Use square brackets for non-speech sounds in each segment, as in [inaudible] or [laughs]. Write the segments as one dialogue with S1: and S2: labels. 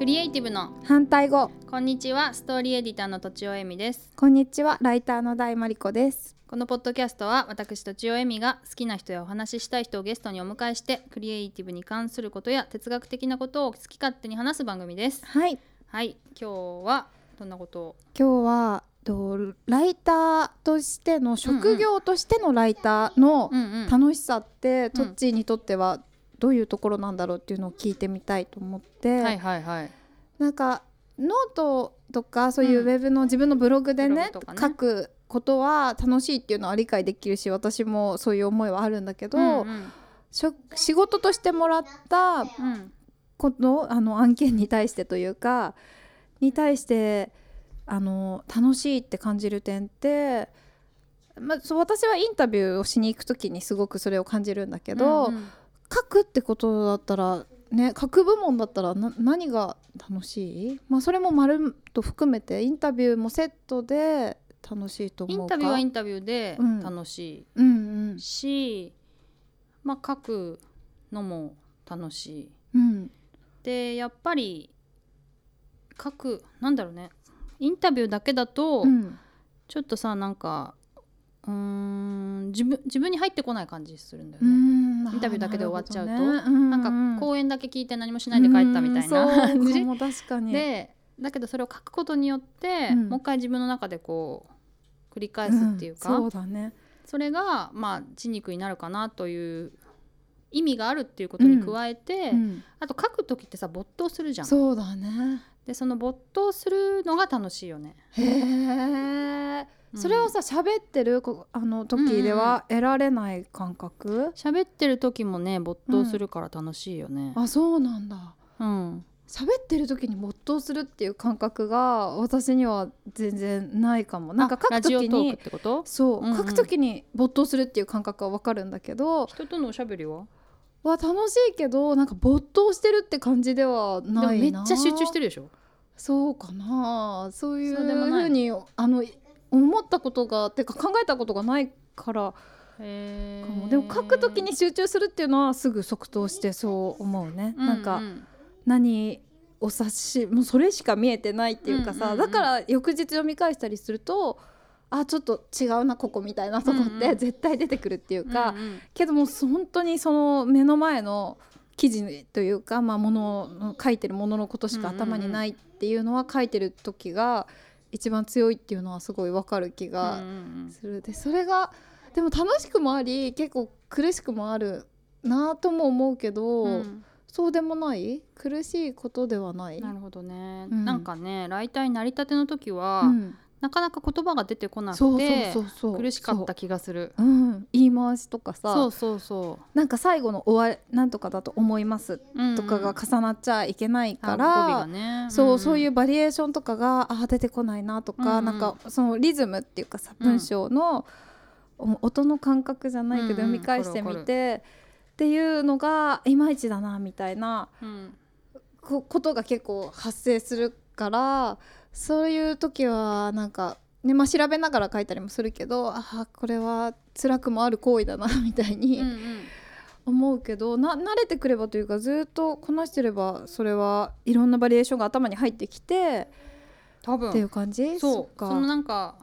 S1: イティブの
S2: 反対語
S1: こんにちはストーリーエディターのとちおえみです
S2: こんにちはライターの大真理子です
S1: このポッドキャストは私とちおえみが好きな人やお話ししたい人をゲストにお迎えしてクリエイティブに関することや哲学的なことを好き勝手に話す番組です
S2: はい
S1: はい今日はどんなことを
S2: 今日はとライターとしての職業としてのライターの
S1: うんうん
S2: 楽しさって、トッチーにとってはどういうところなんだろうっていうのを聞いてみたいと思って、
S1: はいはいはい
S2: なんかノートとかそういう
S1: う
S2: ウ
S1: ん
S2: ェブの自分のブログで
S1: ブロ
S2: ね,、
S1: グとかね
S2: 書くことは楽しいっていうのは理解できるし私もそういう思いはあるんだけど、
S1: うんうん
S2: しょ仕事としてもらっ
S1: う
S2: た
S1: ん
S2: ことあの案件に対してというかに対してあの楽しいって感じる点って、まあ、そう私はインタビューをしに行く時にすごくそれを感じるんだけど、
S1: うんうん
S2: 書くってことだったらね書く部門だったらな何が楽しい、まあ、それもまるっと含めてインタビューもセットで楽しいと
S1: イ
S2: 思
S1: ン
S2: うか
S1: タビューはインタビューで
S2: うん
S1: 楽し
S2: うんうん
S1: いし、まあ書くのも楽しい
S2: うん
S1: でやっぱり書くなんだろうねインタビューだけだと、
S2: うん
S1: ちょっとさなんかうーん自分自分に入ってこない感じするんだよ
S2: う
S1: ね、
S2: ん
S1: インタビューだけで終わっちゃうとなんか
S2: う
S1: 講演だけ聞いて何もしないで帰ったみたいな [laughs] 感
S2: うんそう
S1: じ
S2: かも確かに
S1: でだけどそれを書くことによって、
S2: うん
S1: もう一回自分の中でこう繰り返すっていうか、
S2: んそうだね
S1: それがまあ血肉になるかなという意味があるっていうことに加えて、
S2: うん
S1: あと書く時ってさ没頭するじゃん。
S2: そうだね
S1: でその没頭するのが楽しいよね。
S2: へえ
S1: うん
S2: それはさ喋ってるこあの時では得られない感覚
S1: 喋ってる時もね没頭するから楽しいよね。
S2: あそうなんだ
S1: うん、
S2: 喋ってる時に没頭するっていう感覚が私には全然ないかもなんか書
S1: あラ
S2: く
S1: ジオト
S2: 時
S1: ーク
S2: に
S1: ってこと？
S2: そう、
S1: うんうん
S2: 書く時に没頭するっていう感覚はわかるんだけど
S1: 人とのおしゃべりは？
S2: は楽しいけどなんか没頭してるって感じでは
S1: でも
S2: ないな
S1: めっちゃ集中してるでしょ？
S2: そうかなそういう
S1: そう
S2: ふ
S1: でもないう
S2: にあの思ったことがてか考えたことがないから
S1: へ
S2: か
S1: ー
S2: もでも書くときに集中するっていうのはすぐ即答してそう思うね、
S1: うう
S2: なんか何お察しもうそれしか見えてないっていうかさ、
S1: うんうんうん
S2: だから翌日読み返したりするとあちょっと違うなここみたいなとこっ
S1: うんう
S2: て
S1: ん
S2: 絶対出てくるっていうか、
S1: うんうん
S2: けども本当にその目の前の記事というか、まあ、もの書いてるもののことしか頭にないっていうのは書いてる時が一番強いっていうのはすごいわかる気
S1: うん
S2: が
S1: うんうん
S2: するでそれがでも楽しくもあり結構苦しくもあるなとも思うけど、
S1: うん
S2: そうでもない苦しいことではない。
S1: なるほどね、
S2: うん
S1: なんかねライターになりたての時は、
S2: うん、
S1: なかなか言葉が出てこな
S2: そ
S1: く
S2: うそう
S1: て
S2: そうそう
S1: 苦しかった気がする
S2: そう、うん、言い回しとかさ
S1: そうそうそ
S2: なんか最後の終わりなんとかだと思います
S1: う、うんうん
S2: とかが重なっちゃいけない
S1: あ
S2: から、
S1: 語尾がね
S2: そう,、
S1: んん
S2: そういうバリエーションとかがあー出てこないなとか、
S1: うんうん
S2: なんかそのリズムっていうかさ
S1: うん
S2: 文章のお音の感覚じゃないけど
S1: うんうん
S2: 読み返してみて、っていうのがいまいちだなみたいな
S1: うん
S2: こことが結構発生するからそういう時はなんか。ねまあ、調べながら書いたりもするけどあーこれは辛くもある行為だなみたいに
S1: うんうん
S2: 思うけどな慣れてくればというかずっとこなしてればそれはいろんなバリエーションが頭に入ってきて
S1: 多
S2: ってい
S1: 分
S2: う感じ
S1: そう
S2: っ
S1: そ
S2: か
S1: のなんか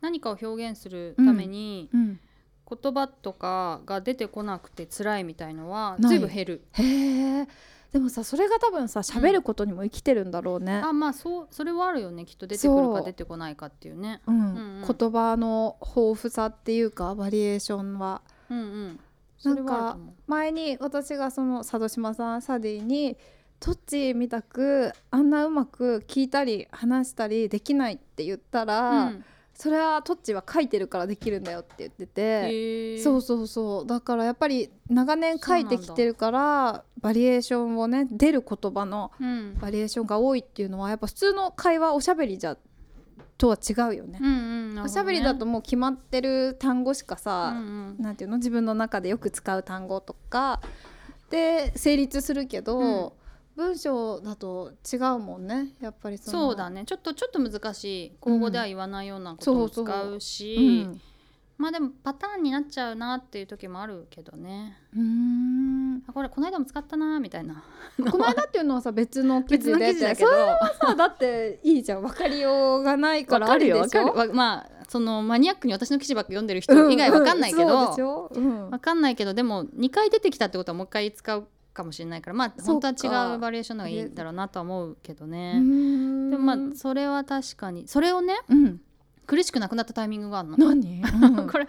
S1: 何かを表現するために、
S2: うん、
S1: 言葉とかが出てこなくて辛いみたいのは
S2: ない
S1: ずいぶん減る
S2: へえでもさそれが多分さ喋ることにも生きてるんだろうね、
S1: あまあそうそれはあるよねきっと出てくる
S2: そ
S1: か
S2: う
S1: 出てこないかっていうね
S2: うん
S1: うんうん
S2: 言葉の豊富さっていうかバリエーションは
S1: うんうんそれはあると思う
S2: 前に私がその佐渡島さんサディに「トッチーみたくあんなうまく聞いたり話したりできない」って言ったら、
S1: うん
S2: それはトッチーは書いてるからできるんだよって言ってて。
S1: へー
S2: そうそうそうだからやっぱり長年書いてきてるからバリエーションをね出る言葉の
S1: うん
S2: バリエーションが多いっていうのはやっぱ普通の会話おしゃべりじゃとは違うよね。
S1: うんうんなるほどね
S2: おしゃべりだともう決まってる単語しか
S1: う
S2: さ、
S1: ん
S2: なんていうの自分の中でよく使う単語とかで成立するけど、
S1: うん
S2: 文章だと違うもんねやっぱりその
S1: そうだねちょっとちょっと難しい口語では言わないようなことも使うし、
S2: うん
S1: まあでもパターンになっちゃうなっていう時もあるけどね
S2: うーん
S1: あこれこの間も使ったなみたいな
S2: この間っていうのはさ別の記
S1: 別
S2: 事
S1: の
S2: で
S1: 記事だけど
S2: それはさだっていいじゃん分かりようがないからあるでしょ
S1: わかるよわかるわまあそのマニアックに私の記事ばっか読んでる人以外わかんないけど、
S2: うんうんそうでしょうん
S1: わかんないけどでも2回出てきたってことはもう1回使うかもしれないからまあ
S2: そう
S1: 本
S2: か
S1: 当は違うバリエーションの方がいいんだろうなとは思うけど
S2: う
S1: ね
S2: ー、ん
S1: でもまあそれは確かにそれをね
S2: うん
S1: 苦しくなくなったタイミングがあるの、
S2: 何、うん
S1: これ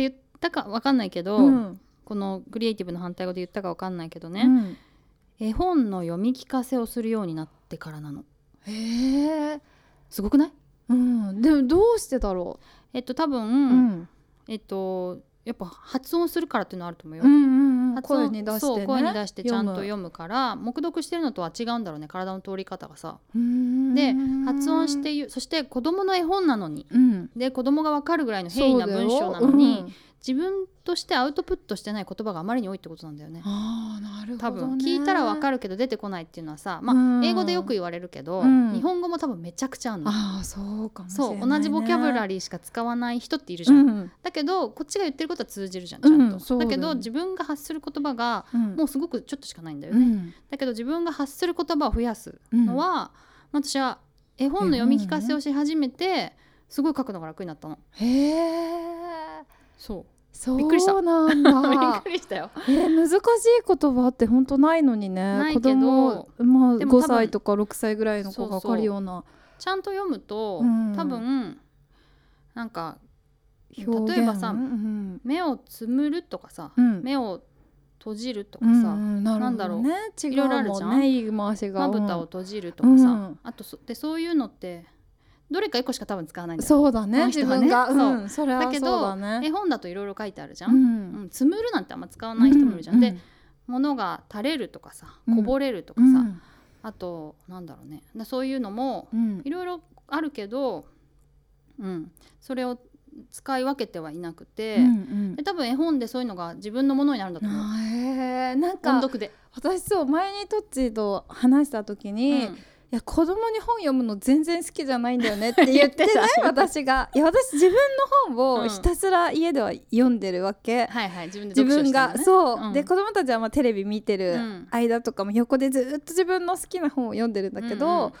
S1: 言ったかわかんないけど、
S2: うん
S1: このクリエイティブの反対語で言ったかわかんないけど
S2: う
S1: ね、
S2: ん
S1: 絵本の読み聞かせをするようになってからなの
S2: へえ
S1: すごくない
S2: うんでもどうしてだろ
S1: えっと多分、
S2: う、うん、
S1: えっとやっぱ発音するからっていうのはあると思うよ、
S2: うんうんうん
S1: 発
S2: 声
S1: 音
S2: に出してね
S1: そう声に出してちゃんと
S2: 読
S1: 読むから黙読してるのとは違うんだろうね体の通り方がさ
S2: む
S1: で
S2: うーん
S1: 発音して言うそして子供の絵本なのに
S2: うん
S1: で子供がわかるぐらいの平易な文章なの
S2: そうだ
S1: に、
S2: ようん
S1: 自分としてアウトプットしてない言葉があまりに多いってことなんだよね
S2: ああなるほど、ね、
S1: 多分聞いたらわか
S2: る
S1: るけど出てこないっていうのはさまあ、
S2: うん
S1: 英語でよく言われるけど、
S2: うん
S1: 日本語も多分めちゃくちゃあるの。
S2: ああそうかもしれない、
S1: そ
S2: ね、
S1: う同じボキャブラ
S2: リ
S1: リーしか使わない人っているじゃん、
S2: うん
S1: だけどこっちが言ってることは通じるじゃんちゃんと、
S2: うんそうだ
S1: だ
S2: よね
S1: けど自分が発する言葉が
S2: うん、
S1: もうすごくちょっとしかないんだよ
S2: う
S1: ね、
S2: ん
S1: だけど自分が発する言葉を増やす
S2: うん
S1: のは、まあ私は絵本の読み聞かせをし始めて、すごい書くのが楽になったの
S2: へえ
S1: そう
S2: そう
S1: びっくりした
S2: なん
S1: [laughs] びっ
S2: だ
S1: くりしたよ
S2: えー難しい言葉って本当ないのにね
S1: ないけど
S2: 子供まあ
S1: でも多分
S2: 5歳とか6歳ぐらいの子が分かるような
S1: ちゃんと読むと、
S2: うん
S1: 多分なんか
S2: 表現
S1: 例えばさ
S2: うん
S1: 目をつむるとかさ、
S2: うん
S1: 目を閉じるとか
S2: うん
S1: さ
S2: うんなるほど
S1: なんだろう
S2: ね違
S1: いろいろあ
S2: う
S1: る
S2: も
S1: じゃ
S2: ん
S1: ん
S2: ね言い回しが
S1: まぶたを
S2: うん
S1: 閉じるとかさ、
S2: うん
S1: あとそでそういうのってどれか一個しか多分使わないんだよ
S2: そうだ
S1: こ
S2: ね
S1: の
S2: 自
S1: 人はね
S2: 分が
S1: そう
S2: うんそれは
S1: だけど
S2: そうだね
S1: 絵本だといろいろ書いてあるじゃ、
S2: うんん
S1: うんつむるなんてあんま使わない人もいるじゃん、
S2: う
S1: で物が垂れるとかさ
S2: うん
S1: こぼれるとか
S2: う
S1: さ、
S2: ん
S1: あとなんだろうねだそういうのも
S2: うん
S1: いろいろあるけど、うん、それを使い分けてはいなくて、
S2: うんうん
S1: で多分絵本でそういうのが自分のものになるんだと思う
S2: あーへーなん
S1: 音
S2: か
S1: 読で。
S2: 私そう前にトッチーと話した時
S1: う
S2: に、
S1: ん
S2: いや子供に本読むの全然好きじゃないんだよ
S1: [laughs]
S2: ねって言ってね
S1: 言ってた
S2: 私がいや私自分の本
S1: う
S2: を
S1: ん
S2: ひたすら家では読んでるわけ、
S1: はいはい自分で
S2: 自
S1: 読書してる
S2: 分が、
S1: のね
S2: そう、
S1: ん
S2: で子供たちはまあテレビ見てる
S1: うん
S2: 間とかも横でずっと自分の好きな本を読んでるんだけど、
S1: うんうん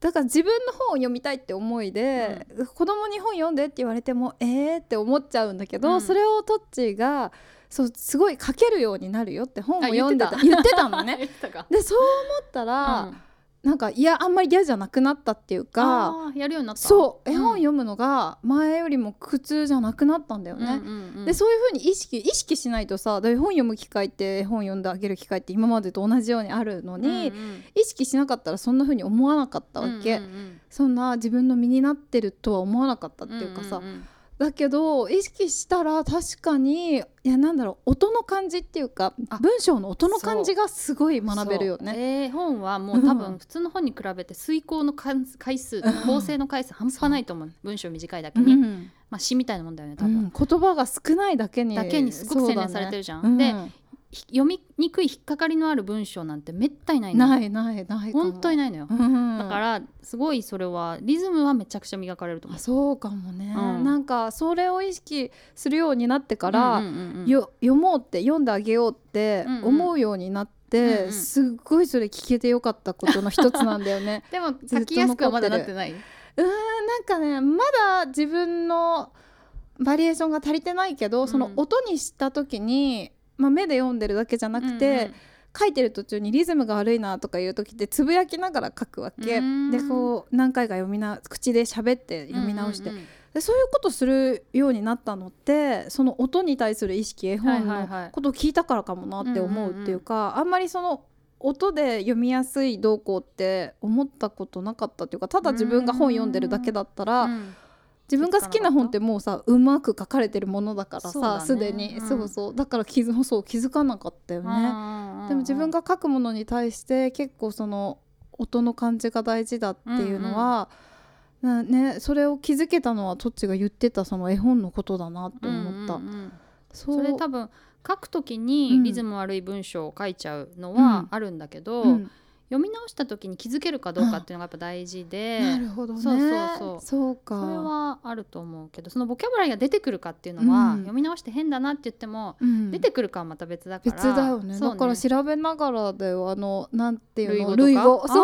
S2: だから自分の本を読みたいって思いで、子供に本読んでって言われてもえーって思っちゃうんだけど、
S1: うん
S2: それをトッチーがそうすごい書けるようになるよって本を
S1: あ言っ
S2: 読ん
S1: て
S2: で
S1: た
S2: た [laughs] 言ってたのね。
S1: 言ってたか
S2: でそう思ったら、なんかいやあんまり嫌じゃなくなったっていうか
S1: あーやるようになった
S2: そう絵本
S1: よ
S2: 読むのが前よりも苦痛じゃなくなったんだよね。でそういうふうに意識意識しないとさだから絵本読む機会って絵本読んであげる機会って今までと同じようにあるのに、意識しなかったらそんなふうに思わなかったわけ、そんな自分の身になってるとは思わなかったっていうかさ、だけど意識したら確かにいやなんだろう音の感じっていうか
S1: あ
S2: 文章の音の感じがすごい学べるよね。
S1: 絵本はもう多
S2: うん
S1: 分普通の本に比べて遂行の回回数構成の回数半端ないと思う文章短いだけに
S2: うん
S1: まあ詩みたいなもんだよね多
S2: う
S1: 分
S2: ん言葉が少ないだけに
S1: だけにすごく
S2: そう
S1: 洗
S2: だ
S1: 練されて
S2: ね
S1: るじゃ
S2: うん
S1: んでひ読みにくい引っかかりのある文章なんてめったにないの
S2: ないないないかも
S1: 本当にないのよ
S2: うん
S1: だからすごいそれはリズムはめちゃくちゃ磨かれると思
S2: あ
S1: う
S2: そうかもね、
S1: うん
S2: なんかそれを意識するようになってから、
S1: うんうんうんうん
S2: よ読もうって読んであげようって
S1: うんうん
S2: 思うようになって、
S1: うんうん
S2: すっごいそれ聞けてよかったことの一つなんだ
S1: [laughs]
S2: よね
S1: でも
S2: ずっと残
S1: 書
S2: ってる
S1: きやすくはまだなってないう
S2: ーんなんかねまだ自分のバリエーションが足りてないけどその
S1: うん
S2: 音にした時に、まあ、目で読んでるだけじゃなくて、書いてる途中にリズムが悪いなとかいう時ってつぶやきながら書くわけ
S1: うーん
S2: でこう何回か読みな口で喋って
S1: うんうんうん
S2: 読み直して、
S1: うんうん
S2: でそういうことするようになったのってその音に対する意識絵本
S1: はい
S2: の
S1: はいはい
S2: ことを聞いたからかもなって思うっていうか、あんまりその音で読みやすい動向って思ったことなかったっていうかただ自分が本読んでるだけだったら、
S1: うん
S2: 自分が好きな本ってもうさうまく書かれてるものだから
S1: そうだ
S2: さ
S1: ね
S2: すで、に、
S1: うん
S2: そうそうだから気づそう気づかなかったよね。
S1: ね
S2: でも自分が書くものに対して結構その音の感じが大事だっていうのは、なね、それを気づけたのはトッチが言ってたその絵本のことだなって思った。
S1: うんうんうん
S2: そ
S1: それ多分書くときにリズム悪い文章を書いちゃうのはあるんだけど、
S2: うん
S1: 読み直した時に気づけるかどうかっていうのがやっぱ大事で、
S2: なるほどね
S1: そうそうそう
S2: そうか
S1: それはあると思うけどそのボキャブラリーが出てくるかっていうのは、
S2: うん
S1: 読み直して変だなって言っても、
S2: うん
S1: 出てくるかはまた別だから
S2: 別だよね
S1: そう
S2: だから調べながらだよあのなんていうの
S1: 類
S2: 類
S1: 語
S2: 語
S1: とかあ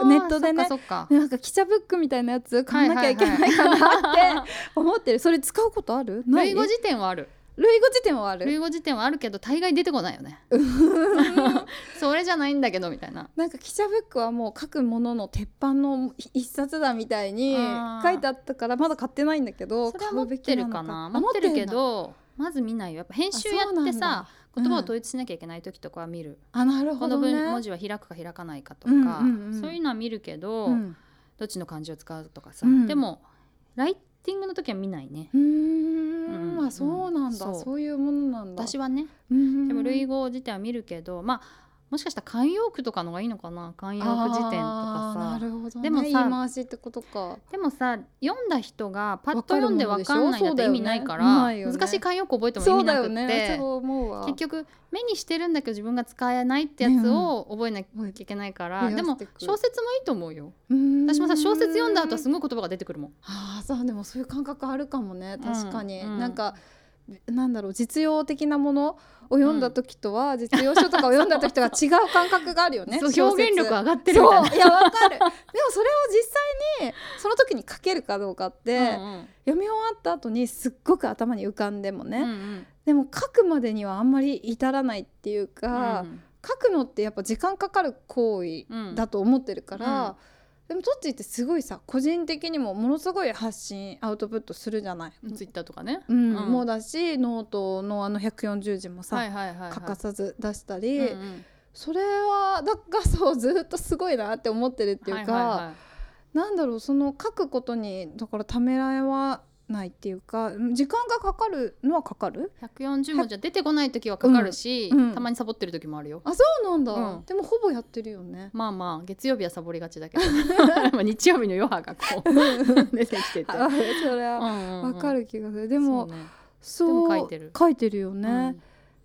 S2: そ
S1: ー
S2: うネットでね
S1: そっかそっか
S2: なんか記者ブックみたいなやつ買わなきゃいけ
S1: は
S2: ないいかなって [laughs] 思ってるそれ使うことあるな
S1: 類
S2: い
S1: 語辞典はある
S2: 類語辞典はある
S1: 類語辞典はあるけど大概出てこないよね [laughs] それじゃないんだけどみたいな
S2: なんか記者ブックはもう書くものの鉄板の一冊だみたいに
S1: あー
S2: 書いてあったからまだ買ってないんだけど
S1: それは
S2: 買
S1: 持
S2: う
S1: っ
S2: べ
S1: て
S2: き
S1: る
S2: な
S1: か
S2: の
S1: な
S2: か
S1: 持ってるけ
S2: あ持ってんだ
S1: どまず見ないよやっぱ編集
S2: あ
S1: や
S2: そうな
S1: っ
S2: んだ
S1: てさ
S2: うん
S1: 言葉を統一しなきゃいけない時とかは見る、
S2: あなる
S1: こ
S2: ほ
S1: の
S2: どね
S1: 文文字は開くか開かないかとか、
S2: うんうんうん
S1: そういうのは見るけど、
S2: うん
S1: どっちの漢字を使うとかさ、
S2: うん
S1: でもライティングの時は見ないね
S2: うーん
S1: うん
S2: あそうなんだ
S1: そう
S2: そういうものなんだ
S1: 私はね
S2: で
S1: でも類語自体は見るけどまあもしかしたら慣用句とかの方がいいのかな慣用句辞典と
S2: あーな
S1: かさ
S2: るほど、ね、
S1: でもさ
S2: 言い回しってことか
S1: でもさ読んだ人がパッと
S2: わかる
S1: 読んで分かんないんだ
S2: も
S1: っ
S2: ん
S1: て
S2: でしょ
S1: 意味ないか
S2: そう
S1: ら
S2: だよねないよね
S1: 難しい慣用句覚えても意
S2: そ
S1: 味
S2: うだ
S1: なく
S2: よ
S1: って、
S2: ねそう思うわ
S1: 結局目にしてるんだけど自分が使えないってやつを覚えなきゃいけないから、
S2: うんうん
S1: でも
S2: 増やしてく
S1: 小説もいいと思うよ私
S2: 私
S1: もさ小説読んだ後す
S2: ごい
S1: ごい言葉が出てくるもん
S2: あーそうでもそういう感覚あるかもね確かに、
S1: うん
S2: なんかなんだろう実用的なものを読んだ時と
S1: [laughs]
S2: は、実用書とかを読んだ時とは違う感覚があるよね
S1: そう表現力上
S2: っ
S1: がってるみたいな
S2: そういやわかるでもそれを実際にその時に書けるかどうかって、
S1: うん
S2: 読み終わった後にすっごく頭に浮かんでもね、
S1: うんうん
S2: でも書くまでにはあんまり至らないっていうか、
S1: うん
S2: 書くのってやっぱ時間かかる行為
S1: うん
S2: だと思ってるから、
S1: うん
S2: でもトッチーってすごいさ個人的にもものすごい発信アウトプットするじゃない、
S1: ツイッターとかね。
S2: うん
S1: うん
S2: もうだしノートのあの140字もさ、
S1: はいはいはいはい。
S2: 欠かさず出したり、
S1: うんうん
S2: それはだがそうずっとすごいなって思ってるっていうか、
S1: はいはいはい
S2: なんだろうその書くことにだからためらいはないっていうかうん時間がかかるのはかかる
S1: 140文字は出てこない時はかかるし、
S2: うんうん
S1: たまにサボってる時もあるよ。
S2: あそうなんだ、
S1: うん
S2: でもほぼやってるよね。
S1: まあまあ月曜日はサボりがちだけ
S2: [laughs]
S1: どまあ日曜日の余波がこう [laughs] 出てきてて。
S2: あ [laughs] それは
S1: わ
S2: わか
S1: る
S2: る気がするで
S1: で
S2: もそう
S1: でも書いてる
S2: 書いてるよね、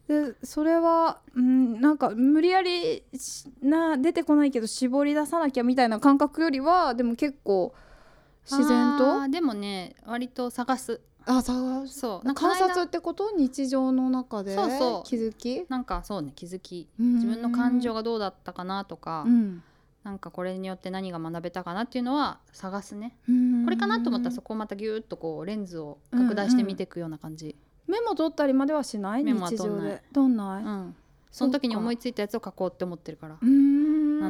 S2: でそれは、うん、なんか無理やりしな出てこないけど絞り出さなきゃみたいな感覚よりはでも結構自然と
S1: でもね割と探す
S2: あ探す
S1: そうなんか
S2: 観
S1: この
S2: 察っ
S1: 間
S2: てこと日常の中で
S1: そうそう
S2: 気づき
S1: なんかそうね気づき
S2: 自
S1: 自分の感情がどうだったかなとか、
S2: うん
S1: なんかこれによって何が学べたかなっていうのは探すね。
S2: うん
S1: これかなと思ったらそこをまたギューッとこうレンズを拡大して見ていくような感じ、
S2: メモ取ったりまではしない
S1: メモは
S2: 日
S1: 取ん
S2: 常
S1: ない
S2: で取んない、
S1: うんその時に思い
S2: つ
S1: ついたやつを書こうって思ってるから、な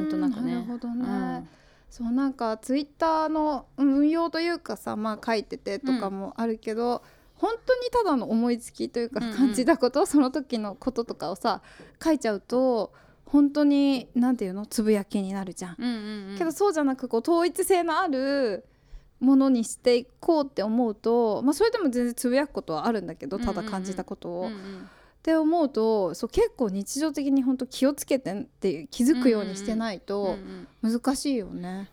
S2: なん
S1: となくね
S2: なるほど
S1: う
S2: ね、
S1: ん
S2: そうなんかツイッターの運用というかさまあ書いててとかもあるけど、本当にただの思いつきというか
S1: うんうん
S2: 感じたこと、その時のこととかをさ書いちゃうと本当に何ていうのつぶやきになるじゃん。
S1: うんうんうん、
S2: けどそうじゃなくこう統一性のあるものにしていこうって思うと、まあ、それでも全然つぶやくことはあるんだけど
S1: うんうんう
S2: た
S1: ん
S2: だ感じたことを。
S1: うんうん、
S2: って思うとそう結構日常的に本当気をつけてって気づくようにしてな
S1: う
S2: い
S1: んう
S2: と
S1: ん
S2: 難しいよね。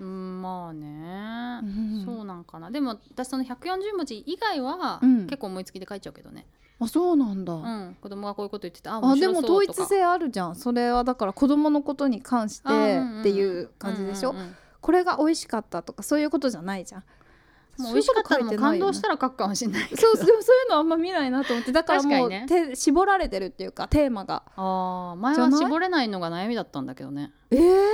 S1: うんまあね、
S2: うん
S1: そうなんかなでも私その140文字以外は
S2: うん
S1: 結構思いつきで書いちゃうけどね、
S2: あそうなんだ、
S1: うん子供がこういうこと言っててあ
S2: あ
S1: 面
S2: で
S1: 白そ
S2: も
S1: うとか
S2: 統一性あるじゃんそれはだから子供のことに関して
S1: あうんうんうん
S2: っていう感じでしょ、
S1: うんうんうん
S2: これが美味しかったとかそういうことじゃないじゃん
S1: もう美味しかったのも感動したたら書くかもしれないけど
S2: そうでもそういうのあんま見ないなと思ってだからもう、
S1: 確かに
S2: 手絞られてるっていうかテーマが
S1: あー前
S2: じゃ
S1: は
S2: ない
S1: 絞れないのが悩みだったんだけどね
S2: えー、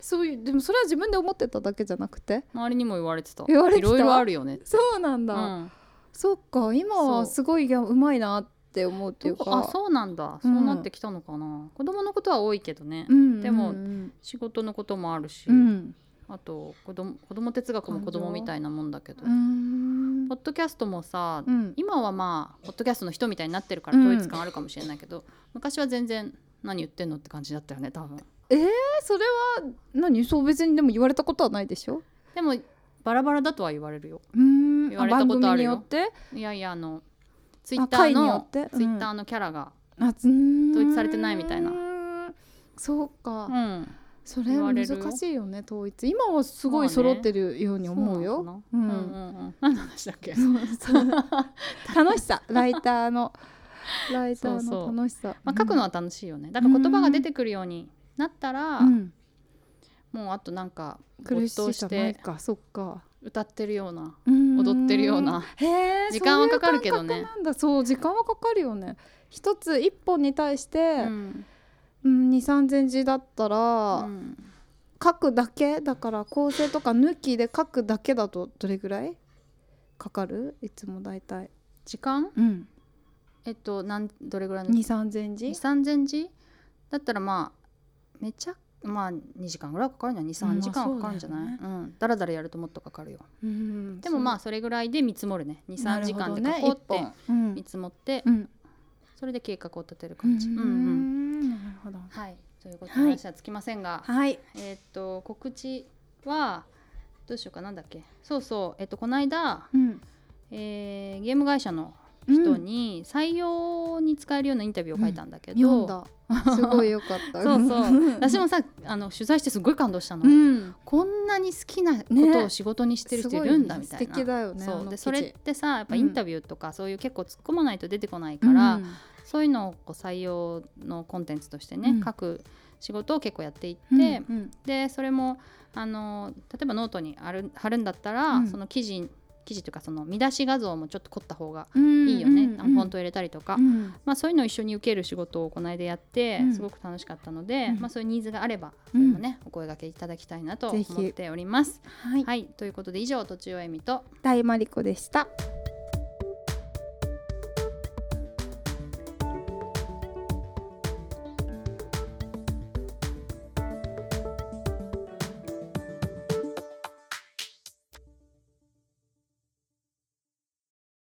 S2: そういうでもそれは自分で思ってただけじゃなくて
S1: 周りにも言われてた
S2: 言われて
S1: い
S2: た
S1: ろいろあるよねって
S2: そうなんだ、
S1: うん
S2: そっか今はすごいいやうまいなって思うっていうか
S1: あそうなんだそううんなってきたのかな、子供のことは多いけどね、
S2: うんうんうん
S1: でも仕事のこともあるし、
S2: うん
S1: あと子供子供哲学も子供みたいなもんだけど、
S2: うん
S1: ポッドキャストもさ、
S2: うん
S1: 今はまあポッドキャストの人みたいになってるから統一感あるかもしれないけど、昔は全然何言ってんのって感じだったよね多分
S2: えそれは何そう別にでも言われたことはないでしょ
S1: でもバラバラだとは言われるよ
S2: うーん
S1: 言われたことあるよ
S2: 番組によって
S1: いやいやあのツイッ
S2: あ
S1: ター
S2: 会によ
S1: の
S2: っ
S1: ツ
S2: て
S1: イッター
S2: ー
S1: のキャラが、
S2: 統
S1: 統一されてないみたいな
S2: そうか、
S1: うん
S2: それ
S1: 言われるよ
S2: 難しいよね統一今はすごい揃ってるように思うよ、
S1: そうなのか
S2: うん
S1: なうんうんうん何の話だっ
S2: [laughs]
S1: け
S2: 楽しさライターのライター
S1: そうそ
S2: の
S1: う
S2: 楽しさ
S1: まあ、書くのは楽しいよねだから言葉が出てくるようになったら、
S2: うん
S1: もうあとなんか
S2: 苦し
S1: 没
S2: い
S1: 頭
S2: じ
S1: し
S2: ゃない
S1: て
S2: かそっか
S1: 歌ってるような
S2: 踊
S1: ってるような
S2: へー
S1: 時間はかかるけどね
S2: そういう感覚なんだそう時間はかかるよね一つ一本に対して、
S1: うん
S2: うん、2 3千字だったら、
S1: うん
S2: 書くだけだから構成とか抜きで書くだけだとどれぐらいかかるいつも大体、
S1: 時間
S2: うん、
S1: えっとなんどれぐらいの
S2: 2 3千字
S1: 2 3千字だったらまあめちゃまあ2時間ぐらいかかるんじゃない
S2: うんま
S1: 23
S2: あ
S1: 時間はかかるんじゃない、
S2: そうだ
S1: うんだらだらやるともっとかかるよ
S2: うん
S1: でもまあそれぐらいで見積もるね23時間で書こうって
S2: うん
S1: 見積もって、
S2: うん
S1: それで計画を立てる
S2: う
S1: 感じ、うんうん
S2: んなるほど
S1: はいということで話はつきませんが、
S2: はい
S1: えーっと告知はどうしようかなんだっけそうそうえっとこの間、
S2: うん
S1: えーゲーム会社の人に採用に使えるようなインタビューを書いたんだけど、
S2: 読んだすごいよかった
S1: [laughs] そうそう私もさあの取材してすごい感動したの、
S2: うん
S1: こんなに好きなことを仕事にしてる人いるんだみたい
S2: す
S1: な、
S2: ごね素敵だよねあ
S1: そ
S2: の
S1: う
S2: 記
S1: で
S2: 事
S1: それってさやっぱ
S2: うん
S1: インタビューとか、そういう結構突っ込まないと出てこないから、
S2: うん
S1: そういうのをこう採用のコンテンツとしてね、
S2: うん
S1: 書く仕事を結構やっていって、
S2: うんうん
S1: でそれもあの例えばノートにある貼るんだったら、
S2: うん
S1: その記事記事というかその見出し画像もちょっと凝った方が
S2: うん
S1: いいよね、
S2: うん
S1: あのフォントを入れたりとか、
S2: うん
S1: まあ、そういうのを一緒に受ける仕事をこの間やって、
S2: うん
S1: すごく楽しかったので、
S2: うん
S1: まあ、そういうニーズがあれば、
S2: うん
S1: それもねお声掛けいただきたいなと
S2: ぜひ
S1: 思っております。
S2: はい
S1: はい、ということで以上とちおえみと
S2: 大マリコでした